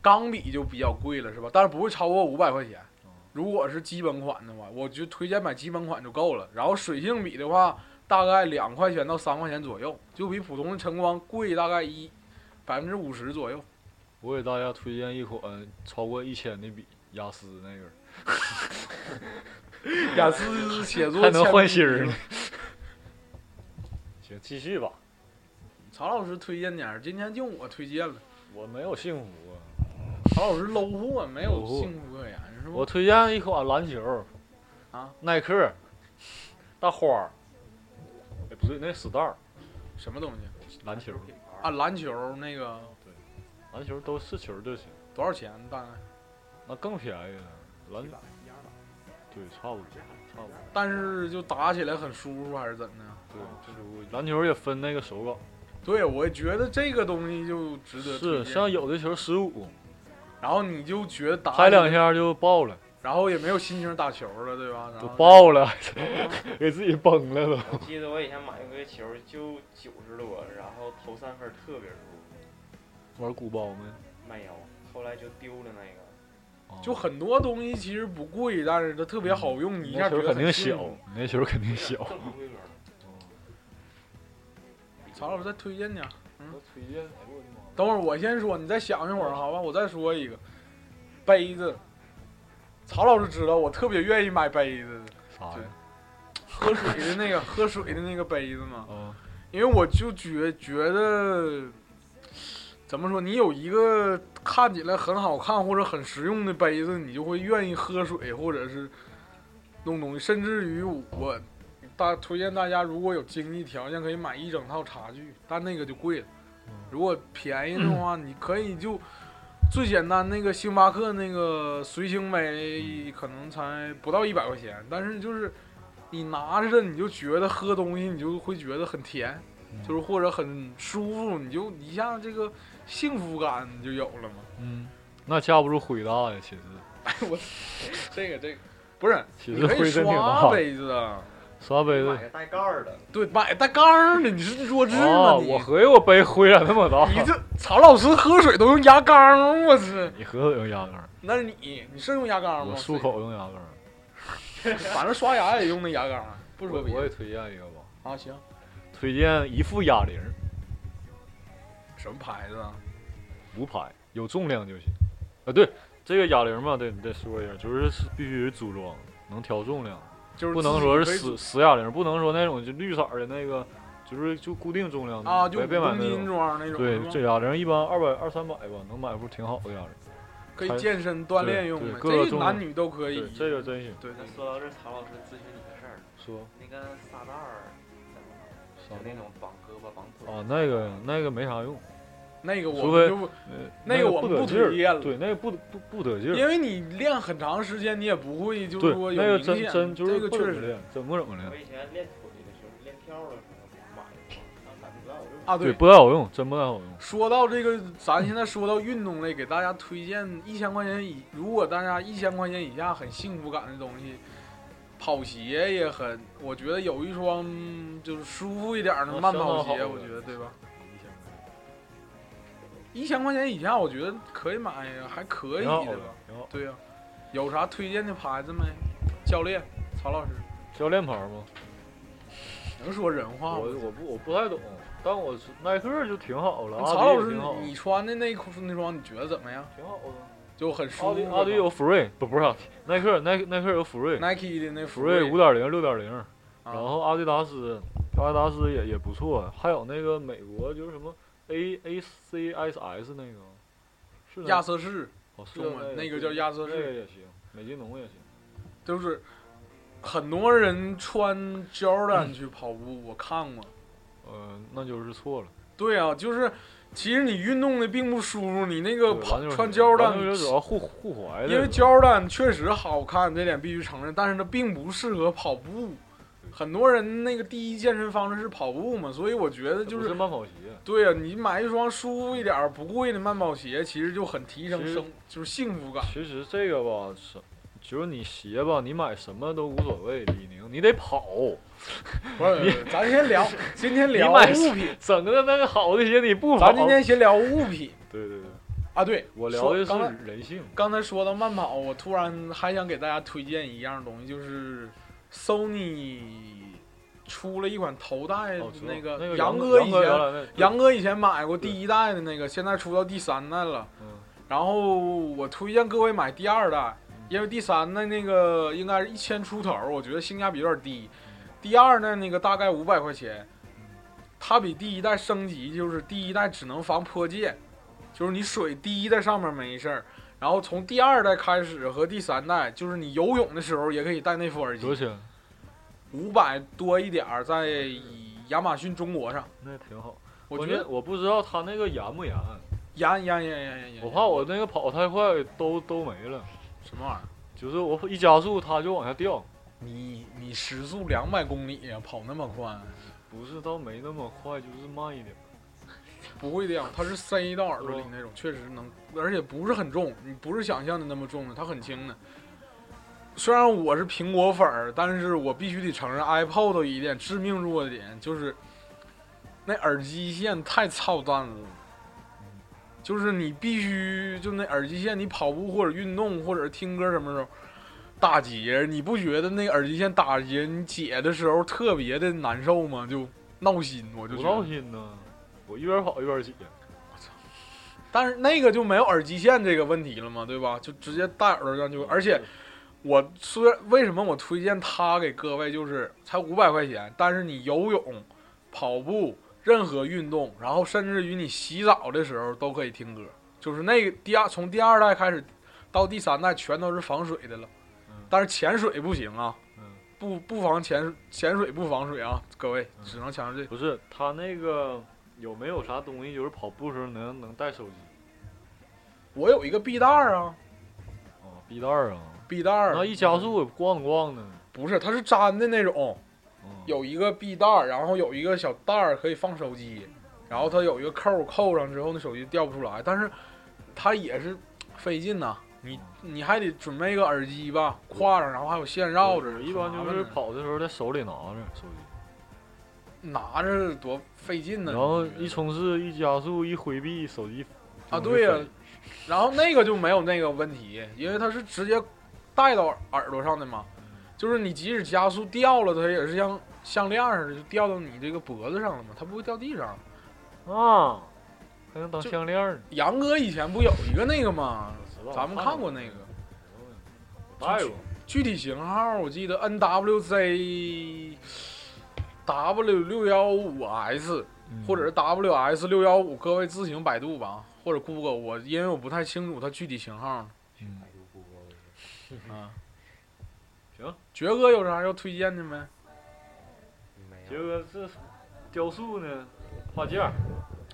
[SPEAKER 2] 钢笔就比较贵了，是吧？但是不会超过五百块钱
[SPEAKER 1] 哦。
[SPEAKER 2] 如果是基本款的话，我就推荐买基本款就够了。然后水性笔的话，大概两块钱到三块钱左右，就比普通的晨光贵大概一百分之五十左 右。
[SPEAKER 1] 我给大家推荐一款超过一千的笔，雅思那个，
[SPEAKER 2] 雅思写作
[SPEAKER 1] 还能
[SPEAKER 2] 铅
[SPEAKER 1] 换
[SPEAKER 2] 笔
[SPEAKER 1] 芯儿呢。行，继续吧，
[SPEAKER 2] 曹老师推荐点儿，今天就我推荐了。
[SPEAKER 1] 我没有幸福啊。
[SPEAKER 2] 曹老师 low 货，没有
[SPEAKER 1] 搂货
[SPEAKER 2] 幸福可言是
[SPEAKER 1] 我
[SPEAKER 2] 吗？
[SPEAKER 1] 推荐一款篮球，
[SPEAKER 2] 嗯啊，
[SPEAKER 1] 耐克，大花儿，哎，不对，那 star
[SPEAKER 2] 什么东西
[SPEAKER 1] 篮球，
[SPEAKER 3] 品牌
[SPEAKER 2] 啊？篮球那个
[SPEAKER 1] 篮球都是球就行，
[SPEAKER 2] 多少钱？大概？
[SPEAKER 1] 那更便宜了，篮
[SPEAKER 3] 一百一二百，
[SPEAKER 1] 对，差不多，差不多，
[SPEAKER 2] 但是就打起来很舒服还是怎的？
[SPEAKER 1] 对，就是我篮球也分那个手感，
[SPEAKER 2] 对，我觉得这个东西就值得推
[SPEAKER 1] 是
[SPEAKER 2] 荐。
[SPEAKER 1] 像有的球十五，
[SPEAKER 2] 然后你就觉得打
[SPEAKER 1] 拍两
[SPEAKER 2] 起来，
[SPEAKER 1] 下就爆了，
[SPEAKER 2] 然后也没有心情打球了，对吧？然
[SPEAKER 1] 就
[SPEAKER 2] 后
[SPEAKER 1] 爆了， 给自己崩了都。
[SPEAKER 3] 我记得我以前买过一个球，就九十多，然后投三分特别舒服，
[SPEAKER 1] 玩鼓包没？
[SPEAKER 3] 卖腰，后来就丢了那个，
[SPEAKER 1] 哦
[SPEAKER 2] 就很多东西其实不贵，但是它特别好用，你一
[SPEAKER 1] 你
[SPEAKER 2] 下
[SPEAKER 1] 嗯那
[SPEAKER 2] 觉
[SPEAKER 1] 球
[SPEAKER 2] 得
[SPEAKER 1] 肯定
[SPEAKER 2] 很幸
[SPEAKER 1] 小
[SPEAKER 2] 福。，
[SPEAKER 1] 你那球肯定小。
[SPEAKER 3] 正常规格的。
[SPEAKER 2] 曹老师再推荐点儿。
[SPEAKER 1] 推荐，哎呦我的妈！
[SPEAKER 2] 等会儿我先说，你再想一会儿，好吧？我再说一个，杯子。曹老师知道我特别愿意买杯子，
[SPEAKER 1] 啥呀？
[SPEAKER 2] 喝水的那个喝水的那个杯子嘛，
[SPEAKER 1] 啊，
[SPEAKER 2] 因为我就觉觉得，怎么说？你有一个看起来很好看或者很实用的杯子，你就会愿意喝水或者是弄东西，甚至于我大推荐大家，如果有经济条件，可以买一整套茶具，但那个就贵了。如果便宜的话，你可以就最简单那个星巴克那个随行杯，可能才不到一百块钱，但是就是你拿着你就觉得喝东西，你就会觉得很甜，
[SPEAKER 1] 嗯
[SPEAKER 2] 就是或者很舒服，你就一下这个幸福感你就有了嘛。
[SPEAKER 1] 嗯，那架不住毁大呀，其实
[SPEAKER 2] 这个这个不是，
[SPEAKER 1] 其
[SPEAKER 2] 你
[SPEAKER 1] 实
[SPEAKER 2] 可以
[SPEAKER 1] 灰真挺
[SPEAKER 2] 刷
[SPEAKER 1] 大。
[SPEAKER 2] 杯子啊，
[SPEAKER 1] 刷杯子
[SPEAKER 3] 买，个带盖儿的，
[SPEAKER 2] 对，买带盖儿的，你是弱智吗
[SPEAKER 1] 啊，
[SPEAKER 2] 你？
[SPEAKER 1] 我合计我杯灰咋那么大？
[SPEAKER 2] 你这曹老师喝水都用牙缸儿，我去！
[SPEAKER 1] 你喝用牙膏？
[SPEAKER 2] 那是你，你是用牙缸吗？
[SPEAKER 1] 我漱口用牙膏。
[SPEAKER 2] 反正刷牙也用那牙膏啊，不说
[SPEAKER 1] 我
[SPEAKER 2] 别
[SPEAKER 1] 我
[SPEAKER 2] 的
[SPEAKER 1] 也推荐一个吧，
[SPEAKER 2] 啊。行，
[SPEAKER 1] 推荐一副哑铃，
[SPEAKER 2] 什么牌子啊？
[SPEAKER 1] 无牌，有重量就行。啊，对，这个哑铃嘛，对你再说一下，就是是必须是组装，能调重量，
[SPEAKER 2] 就是
[SPEAKER 1] 不
[SPEAKER 2] 自
[SPEAKER 1] 能
[SPEAKER 2] 己
[SPEAKER 1] 说
[SPEAKER 2] 可
[SPEAKER 1] 是
[SPEAKER 2] 以
[SPEAKER 1] 死死哑铃，不能说那种就绿色儿的那个，就是就固定重量的
[SPEAKER 2] 啊，就
[SPEAKER 1] 别
[SPEAKER 2] 五
[SPEAKER 1] 别买
[SPEAKER 2] 公
[SPEAKER 1] 那
[SPEAKER 2] 斤
[SPEAKER 1] 种。
[SPEAKER 2] 装那种，
[SPEAKER 1] 对
[SPEAKER 2] 是，吧
[SPEAKER 1] 这哑铃一般二百二三百吧，能买副挺好的哑铃。
[SPEAKER 2] 可以健身锻炼用
[SPEAKER 1] 对
[SPEAKER 2] 的，
[SPEAKER 1] 各个
[SPEAKER 2] 这
[SPEAKER 1] 重
[SPEAKER 2] 个
[SPEAKER 1] 量
[SPEAKER 2] 男女都可
[SPEAKER 1] 对
[SPEAKER 2] 以。，
[SPEAKER 1] 这个真行。
[SPEAKER 2] 对
[SPEAKER 3] 那
[SPEAKER 2] 对
[SPEAKER 3] 说到这，曹老师咨询你个事儿，
[SPEAKER 1] 说
[SPEAKER 3] 那个沙袋儿怎么弄，
[SPEAKER 1] 啥
[SPEAKER 3] 就那种绑胳膊、绑腿。
[SPEAKER 1] 啊，那个那个没啥用，
[SPEAKER 2] 那个我
[SPEAKER 1] 除非
[SPEAKER 2] 们就
[SPEAKER 1] 呃
[SPEAKER 2] 那个我们
[SPEAKER 1] 不
[SPEAKER 2] 不
[SPEAKER 1] 得劲
[SPEAKER 2] 推
[SPEAKER 1] 儿。
[SPEAKER 2] 荐了，
[SPEAKER 1] 对，那个不不不得劲儿。
[SPEAKER 2] 因为你练很长时间，你也不会就
[SPEAKER 1] 对，
[SPEAKER 2] 是说有
[SPEAKER 1] 那个
[SPEAKER 2] 明
[SPEAKER 1] 真
[SPEAKER 2] 显
[SPEAKER 1] 真就
[SPEAKER 2] 这
[SPEAKER 1] 是
[SPEAKER 2] 个
[SPEAKER 1] 不
[SPEAKER 2] 确
[SPEAKER 1] 怎么
[SPEAKER 2] 实
[SPEAKER 1] 练，怎么怎么
[SPEAKER 3] 我
[SPEAKER 1] 练。
[SPEAKER 3] 以前练腿的时候，练跳的时候买过，但买不到，我就
[SPEAKER 2] 啊。
[SPEAKER 1] 对，不太好用，真不太好用。
[SPEAKER 2] 说到这个，咱现在说到运动类，给大家推荐一千块钱以，如果大家一千块钱以下很幸福感的东西，跑鞋也很，我觉得有一双嗯就是舒服一点儿的
[SPEAKER 1] 啊
[SPEAKER 2] 慢
[SPEAKER 1] 相当
[SPEAKER 2] 跑
[SPEAKER 1] 好
[SPEAKER 2] 鞋，
[SPEAKER 1] 的
[SPEAKER 2] 我觉得对吧？一千块钱以下，我觉得可以买呀，还可以
[SPEAKER 1] 挺好
[SPEAKER 2] 的
[SPEAKER 1] 的
[SPEAKER 2] 吧？，
[SPEAKER 1] 挺好。
[SPEAKER 2] 对呀、有啥推荐的牌子没？教练，曹老师，
[SPEAKER 1] 教练牌吗？
[SPEAKER 2] 能说人话
[SPEAKER 1] 我
[SPEAKER 2] 吗？
[SPEAKER 1] 我不我不太懂，但我是耐克就挺好了，
[SPEAKER 2] 曹
[SPEAKER 1] 阿
[SPEAKER 2] 老
[SPEAKER 1] 迪也啊
[SPEAKER 2] 师
[SPEAKER 1] 挺好，，
[SPEAKER 2] 你穿的那裤那双你觉得怎么样？
[SPEAKER 1] 挺好的。
[SPEAKER 2] 就很舒
[SPEAKER 1] 阿
[SPEAKER 2] 服
[SPEAKER 1] 迪
[SPEAKER 2] 吗。
[SPEAKER 1] 阿迪有 Free，不不是啊耐克耐耐克有 Free，Free
[SPEAKER 2] Nike 的那
[SPEAKER 1] 五点零六点零，
[SPEAKER 2] 啊
[SPEAKER 1] 然后阿迪达斯阿迪达斯也也不错，还有那个美国就是什么 A A C S S 那个，是那
[SPEAKER 2] 亚瑟士，
[SPEAKER 1] 哦是
[SPEAKER 2] 中文那个叫
[SPEAKER 1] 对
[SPEAKER 2] 亚瑟
[SPEAKER 1] 那个
[SPEAKER 2] 士，
[SPEAKER 1] 也行，美津浓也行。
[SPEAKER 2] 就是很多人穿
[SPEAKER 1] 嗯
[SPEAKER 2] Jordan 去跑步，我看过。
[SPEAKER 1] 呃，那就是错了。
[SPEAKER 2] 对啊，就是其实你运动的并不舒服，你那个
[SPEAKER 1] 对
[SPEAKER 2] 跑
[SPEAKER 1] 篮球是篮
[SPEAKER 2] 穿 Jordan，
[SPEAKER 1] 球主要护护踝的，
[SPEAKER 2] 因为 Jordan 确实好看，这点必须承认，但是它并不适合跑步。很多人那个第一健身方式是跑步嘛，所以我觉得
[SPEAKER 1] 它
[SPEAKER 2] 就
[SPEAKER 1] 不是
[SPEAKER 2] 是
[SPEAKER 1] 慢跑鞋，
[SPEAKER 2] 对啊，你买一双舒服一点儿、不贵的慢跑鞋，其实就很提升
[SPEAKER 1] 其实
[SPEAKER 2] 生就是幸福感。
[SPEAKER 1] 其实这个吧，是就是你鞋吧，你买什么都无所谓。李宁，你得跑，
[SPEAKER 2] 不是，咱先聊，今天聊
[SPEAKER 1] 你买
[SPEAKER 2] 物品，
[SPEAKER 1] 整个那个好的鞋你不跑。
[SPEAKER 2] 咱今天先聊物品。
[SPEAKER 1] 对对对，
[SPEAKER 2] 啊，对，
[SPEAKER 1] 我聊的
[SPEAKER 2] 说刚才
[SPEAKER 1] 是人性。
[SPEAKER 2] 刚才说到慢跑，我突然还想给大家推荐一样东西，就是 Sony 出了一款头戴的
[SPEAKER 1] 哦知道
[SPEAKER 2] 那
[SPEAKER 1] 那
[SPEAKER 2] 个，
[SPEAKER 1] 杨
[SPEAKER 2] 哥
[SPEAKER 1] 哥
[SPEAKER 2] 以
[SPEAKER 1] 原
[SPEAKER 2] 前
[SPEAKER 1] 来那
[SPEAKER 2] 杨哥以前买过
[SPEAKER 1] 对
[SPEAKER 2] 第一代的那个，现在出到第三代了。
[SPEAKER 1] 嗯
[SPEAKER 2] 然后我推荐各位买第二代
[SPEAKER 1] 嗯，
[SPEAKER 2] 因为第三代那个应该是一千出头，我觉得性价比有点低。第二代那个大概五百块钱，它比第一代升级，就是第一代只能防泼溅，就是你水滴在上面没事儿。然后从第二代开始和第三代，就是你游泳的时候也可以戴那副耳
[SPEAKER 1] 多少
[SPEAKER 2] 机，
[SPEAKER 1] 钱？
[SPEAKER 2] 五百多一点儿，在亚马逊中国上，
[SPEAKER 1] 那挺好。
[SPEAKER 2] 我
[SPEAKER 1] 关
[SPEAKER 2] 觉
[SPEAKER 1] 键
[SPEAKER 2] 得
[SPEAKER 1] 我不知道它那个严不严，
[SPEAKER 2] 严严严严严严。
[SPEAKER 1] 我怕我那个跑太快都都没了，
[SPEAKER 2] 什么玩意儿？
[SPEAKER 1] 就是我一加速它就往下掉。
[SPEAKER 2] 你你时速两百公里呀，跑那么快？
[SPEAKER 1] 不是，倒没那么快，就是慢一点。
[SPEAKER 2] 不会掉，它是塞到耳朵
[SPEAKER 1] 嗯
[SPEAKER 2] 里那种，确实能，而且不是很重，你不是想象的那么重的，它很轻的。虽然我是苹果粉儿，但是我必须得承认，iPod 有一点致命弱
[SPEAKER 1] 嗯
[SPEAKER 2] 点就是那耳机线太操蛋了。就是你必须就那耳机线，你跑步或者运动或者听歌什么时候打结，你不觉得那耳机线打结你解的时候特别的难受吗？就闹心，我就
[SPEAKER 1] 不
[SPEAKER 2] 觉
[SPEAKER 1] 闹
[SPEAKER 2] 得。
[SPEAKER 1] 心呢，我一边跑一边解。
[SPEAKER 2] 但是那个就没有耳机线这个问题了嘛，对吧？就直接戴耳朵上就，而且我虽然为什么我推荐它给各位，就是才五百块钱，但是你游泳、跑步、任何运动，然后甚至于你洗澡的时候都可以听歌，就是那个第二从第二代开始到第三代全都是防水的了，
[SPEAKER 1] 嗯
[SPEAKER 2] 但是潜水不行啊，
[SPEAKER 1] 嗯，
[SPEAKER 2] 不不防潜潜水不防水啊，各位
[SPEAKER 1] 嗯
[SPEAKER 2] 只能强制这
[SPEAKER 1] 不是他那个有没有啥东西，就是跑步时候能能带手机
[SPEAKER 2] 我有一个臂带儿啊，
[SPEAKER 1] 啊，臂带儿啊，
[SPEAKER 2] 臂带儿
[SPEAKER 1] 那一加速我咣咣的。
[SPEAKER 2] 不是它是粘的那种。
[SPEAKER 1] 嗯，
[SPEAKER 2] 有一个臂带儿，然后有一个小袋儿可以放手机，然后它有一个扣儿扣上之后，那手机掉不出来，但是它也是费劲呐、你你还得准备一个耳机吧，挎上，然后还有线绕着
[SPEAKER 1] 我，一般
[SPEAKER 2] 很
[SPEAKER 1] 就
[SPEAKER 2] 麻烦
[SPEAKER 1] 是
[SPEAKER 2] 的
[SPEAKER 1] 跑的时候在手里拿着手机，
[SPEAKER 2] 拿着多费劲呢。
[SPEAKER 1] 然后
[SPEAKER 2] 你觉得
[SPEAKER 1] 一冲刺一加速一回避手机
[SPEAKER 2] 啊，对呀、 然后那个就没有那个问题，因为它是直接带到耳朵上的嘛，就是你即使加速掉了，它也是像项链儿似的，就掉到你这个脖子上了嘛，它不会掉地上。
[SPEAKER 1] 啊，还能当
[SPEAKER 2] 就
[SPEAKER 1] 项链儿呢。
[SPEAKER 2] 杨哥以前不有一个那个吗？
[SPEAKER 1] 知道
[SPEAKER 2] 咱们看过那个，
[SPEAKER 1] 我带过。
[SPEAKER 2] 具体型号我记得 NWZ W 六幺五 S
[SPEAKER 1] 嗯
[SPEAKER 2] 或者是 WS 六幺五，各位自行百度吧，或者 Google 我，因为我不太清楚它具体型号。
[SPEAKER 1] 嗯
[SPEAKER 2] 啊，
[SPEAKER 1] 行，
[SPEAKER 2] 爵哥有啥要推荐的没？
[SPEAKER 3] 没
[SPEAKER 1] 杰
[SPEAKER 3] 有。
[SPEAKER 1] 哥这雕塑呢，画架，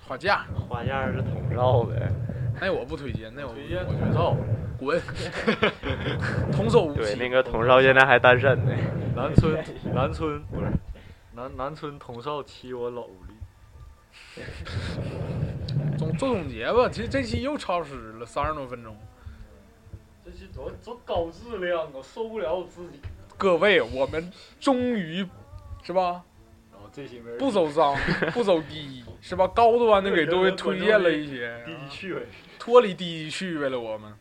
[SPEAKER 2] 花架，
[SPEAKER 3] 花样是统照呗。
[SPEAKER 2] 那我不推荐，那我不
[SPEAKER 1] 推荐
[SPEAKER 2] 我
[SPEAKER 1] 统照，
[SPEAKER 2] 滚，童叟无
[SPEAKER 3] 对，
[SPEAKER 2] 欺。
[SPEAKER 3] 那个统少现在还单身呢。
[SPEAKER 1] 南村南村不是南南村童少欺我老无力，
[SPEAKER 2] 总做总结吧，其实这期又超时了三十多分钟。
[SPEAKER 1] 这是多多高质量，啊我受不了我自己。
[SPEAKER 2] 各位，我们终于是吧？
[SPEAKER 1] 然后这些没人
[SPEAKER 2] 不走 脏，不走低，是吧？高端的给各位推荐了一些，
[SPEAKER 1] 低趣味，
[SPEAKER 2] 脱离低趣味了。我们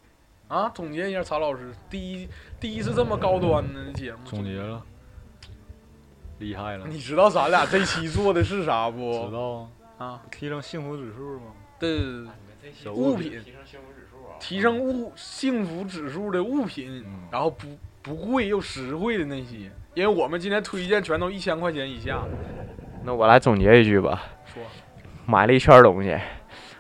[SPEAKER 2] 啊，总结一下，曹老师第一第一次这么高端的节目，
[SPEAKER 1] 总结。了，厉害了，
[SPEAKER 2] 你知道咱俩这期做的是啥
[SPEAKER 1] 知
[SPEAKER 2] 不？
[SPEAKER 1] 道
[SPEAKER 2] 啊，
[SPEAKER 1] 提升幸福指数吗？
[SPEAKER 2] 对，
[SPEAKER 1] 小
[SPEAKER 2] 物
[SPEAKER 1] 物
[SPEAKER 2] 品
[SPEAKER 3] 提升幸福指数啊。
[SPEAKER 2] 提升物幸福指数的物品，
[SPEAKER 1] 嗯
[SPEAKER 2] 然后不不贵又实惠的那些，因为我们今天推荐全都一千块钱以下。
[SPEAKER 3] 那我来总结一句吧，
[SPEAKER 2] 说，
[SPEAKER 3] 买了一圈东西，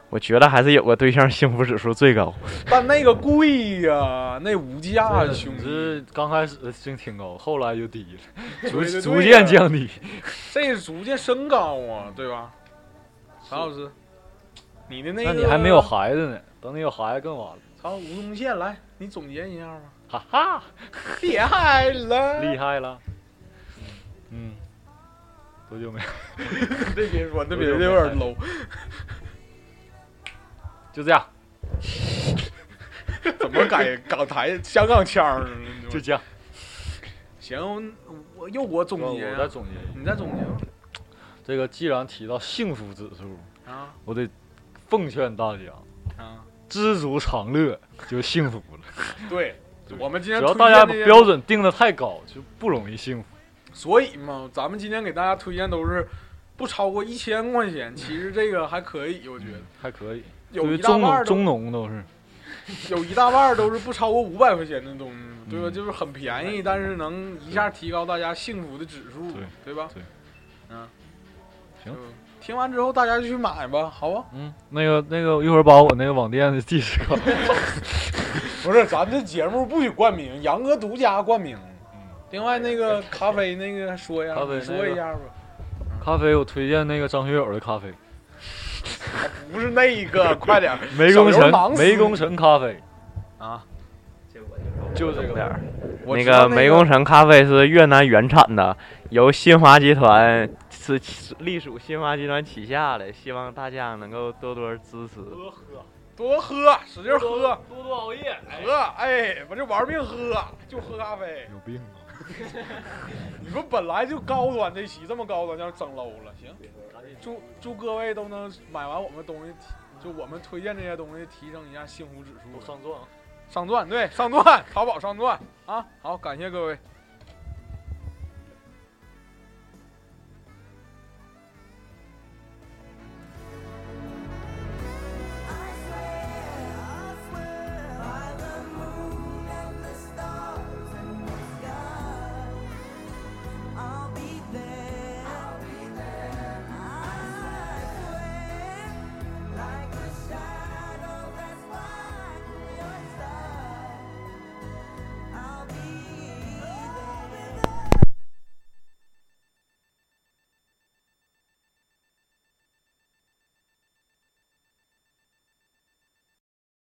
[SPEAKER 3] 我觉得还是有个对象幸福指数最高。
[SPEAKER 2] 但那个贵呀、那无价
[SPEAKER 1] 这
[SPEAKER 2] 呀，兄弟。
[SPEAKER 1] 这刚开始真挺高，后来就低了，逐
[SPEAKER 2] 对对
[SPEAKER 1] 逐
[SPEAKER 2] 对
[SPEAKER 1] 渐
[SPEAKER 2] 呀
[SPEAKER 1] 降低。
[SPEAKER 2] 这逐渐升高啊，对吧？曹老师，你的那个，
[SPEAKER 1] 那你还没有孩子呢，等你有孩子更晚了。
[SPEAKER 2] 曹吴宗宪来，你总结一下吧。
[SPEAKER 1] 哈哈，
[SPEAKER 2] 厉害了，
[SPEAKER 1] 厉害了。嗯，多久没？
[SPEAKER 2] 害！别别说，那别
[SPEAKER 1] 有
[SPEAKER 2] 有
[SPEAKER 1] 点
[SPEAKER 2] 点 low。
[SPEAKER 1] 就这样，
[SPEAKER 2] 怎么改港台香港腔儿？
[SPEAKER 1] 就这样。
[SPEAKER 2] 行，我又我总结
[SPEAKER 1] 我
[SPEAKER 2] 啊
[SPEAKER 1] 再，总结一下，
[SPEAKER 2] 你再总结吧。
[SPEAKER 1] 这个既然提到幸福指数，
[SPEAKER 2] 啊
[SPEAKER 1] 我得奉劝大家，
[SPEAKER 2] 啊，
[SPEAKER 1] 知足常乐就幸福了。
[SPEAKER 2] 对
[SPEAKER 1] 对，
[SPEAKER 2] 我们今
[SPEAKER 1] 只
[SPEAKER 2] 天
[SPEAKER 1] 要
[SPEAKER 2] 推
[SPEAKER 1] 大家把
[SPEAKER 2] 荐这些
[SPEAKER 1] 标准定的太高，就不容易幸福。
[SPEAKER 2] 所以嘛，咱们今天给大家推荐都是不超过一千块钱，其实这个还可以，我觉得
[SPEAKER 1] 还可以，对
[SPEAKER 2] 有
[SPEAKER 1] 于
[SPEAKER 2] 一大
[SPEAKER 1] 嗯中
[SPEAKER 2] 半儿
[SPEAKER 1] 农
[SPEAKER 2] 都
[SPEAKER 1] 中农都是。
[SPEAKER 2] 有一大半儿都是不超过五百块钱的东西，对吧？
[SPEAKER 1] 嗯
[SPEAKER 2] 就是很便宜，但是能一下提高大家幸福的指数，
[SPEAKER 1] 对
[SPEAKER 2] 对吧？
[SPEAKER 1] 对
[SPEAKER 2] 嗯，
[SPEAKER 1] 行
[SPEAKER 2] 就，听完之后大家就去买吧，好啊吧？
[SPEAKER 1] 嗯，那个那个，一会儿把我那个网店的地址告诉你。
[SPEAKER 2] 不是，咱这节目不许冠名，杨哥独家冠名。
[SPEAKER 1] 嗯
[SPEAKER 2] 另外那个咖啡那个说呀，
[SPEAKER 1] 咖啡
[SPEAKER 2] 你
[SPEAKER 1] 那
[SPEAKER 2] 说
[SPEAKER 1] 个
[SPEAKER 2] 一下吧，
[SPEAKER 1] 咖啡，我推荐那个张学友的 咖啡，
[SPEAKER 2] 不是那个，快点儿
[SPEAKER 1] 湄公
[SPEAKER 2] 小刘忙
[SPEAKER 1] 城
[SPEAKER 2] 死
[SPEAKER 1] 湄公城咖啡，
[SPEAKER 2] 啊！
[SPEAKER 3] 这我就
[SPEAKER 1] 就这个。
[SPEAKER 2] 我
[SPEAKER 3] 那
[SPEAKER 2] 知道
[SPEAKER 3] 个
[SPEAKER 2] 那
[SPEAKER 3] 湄公城咖啡是越南原产的，由新华集团是是隶属新华集团旗下的，希望大家能够多多支持。
[SPEAKER 1] 多喝，
[SPEAKER 2] 多喝，使劲喝，
[SPEAKER 1] 多多熬夜。
[SPEAKER 2] 喝，哎，我就玩命喝，就喝咖啡。
[SPEAKER 1] 有病啊！
[SPEAKER 2] 你说本来就高端这期这么高端，要整 low 了，行。祝祝各位都能买完我们东西，就我们推荐这些东西，提升一下幸福指
[SPEAKER 1] 都
[SPEAKER 2] 数。
[SPEAKER 1] 上钻了。
[SPEAKER 2] 啊上钻，对，上钻，淘宝上钻啊！好，感谢各位。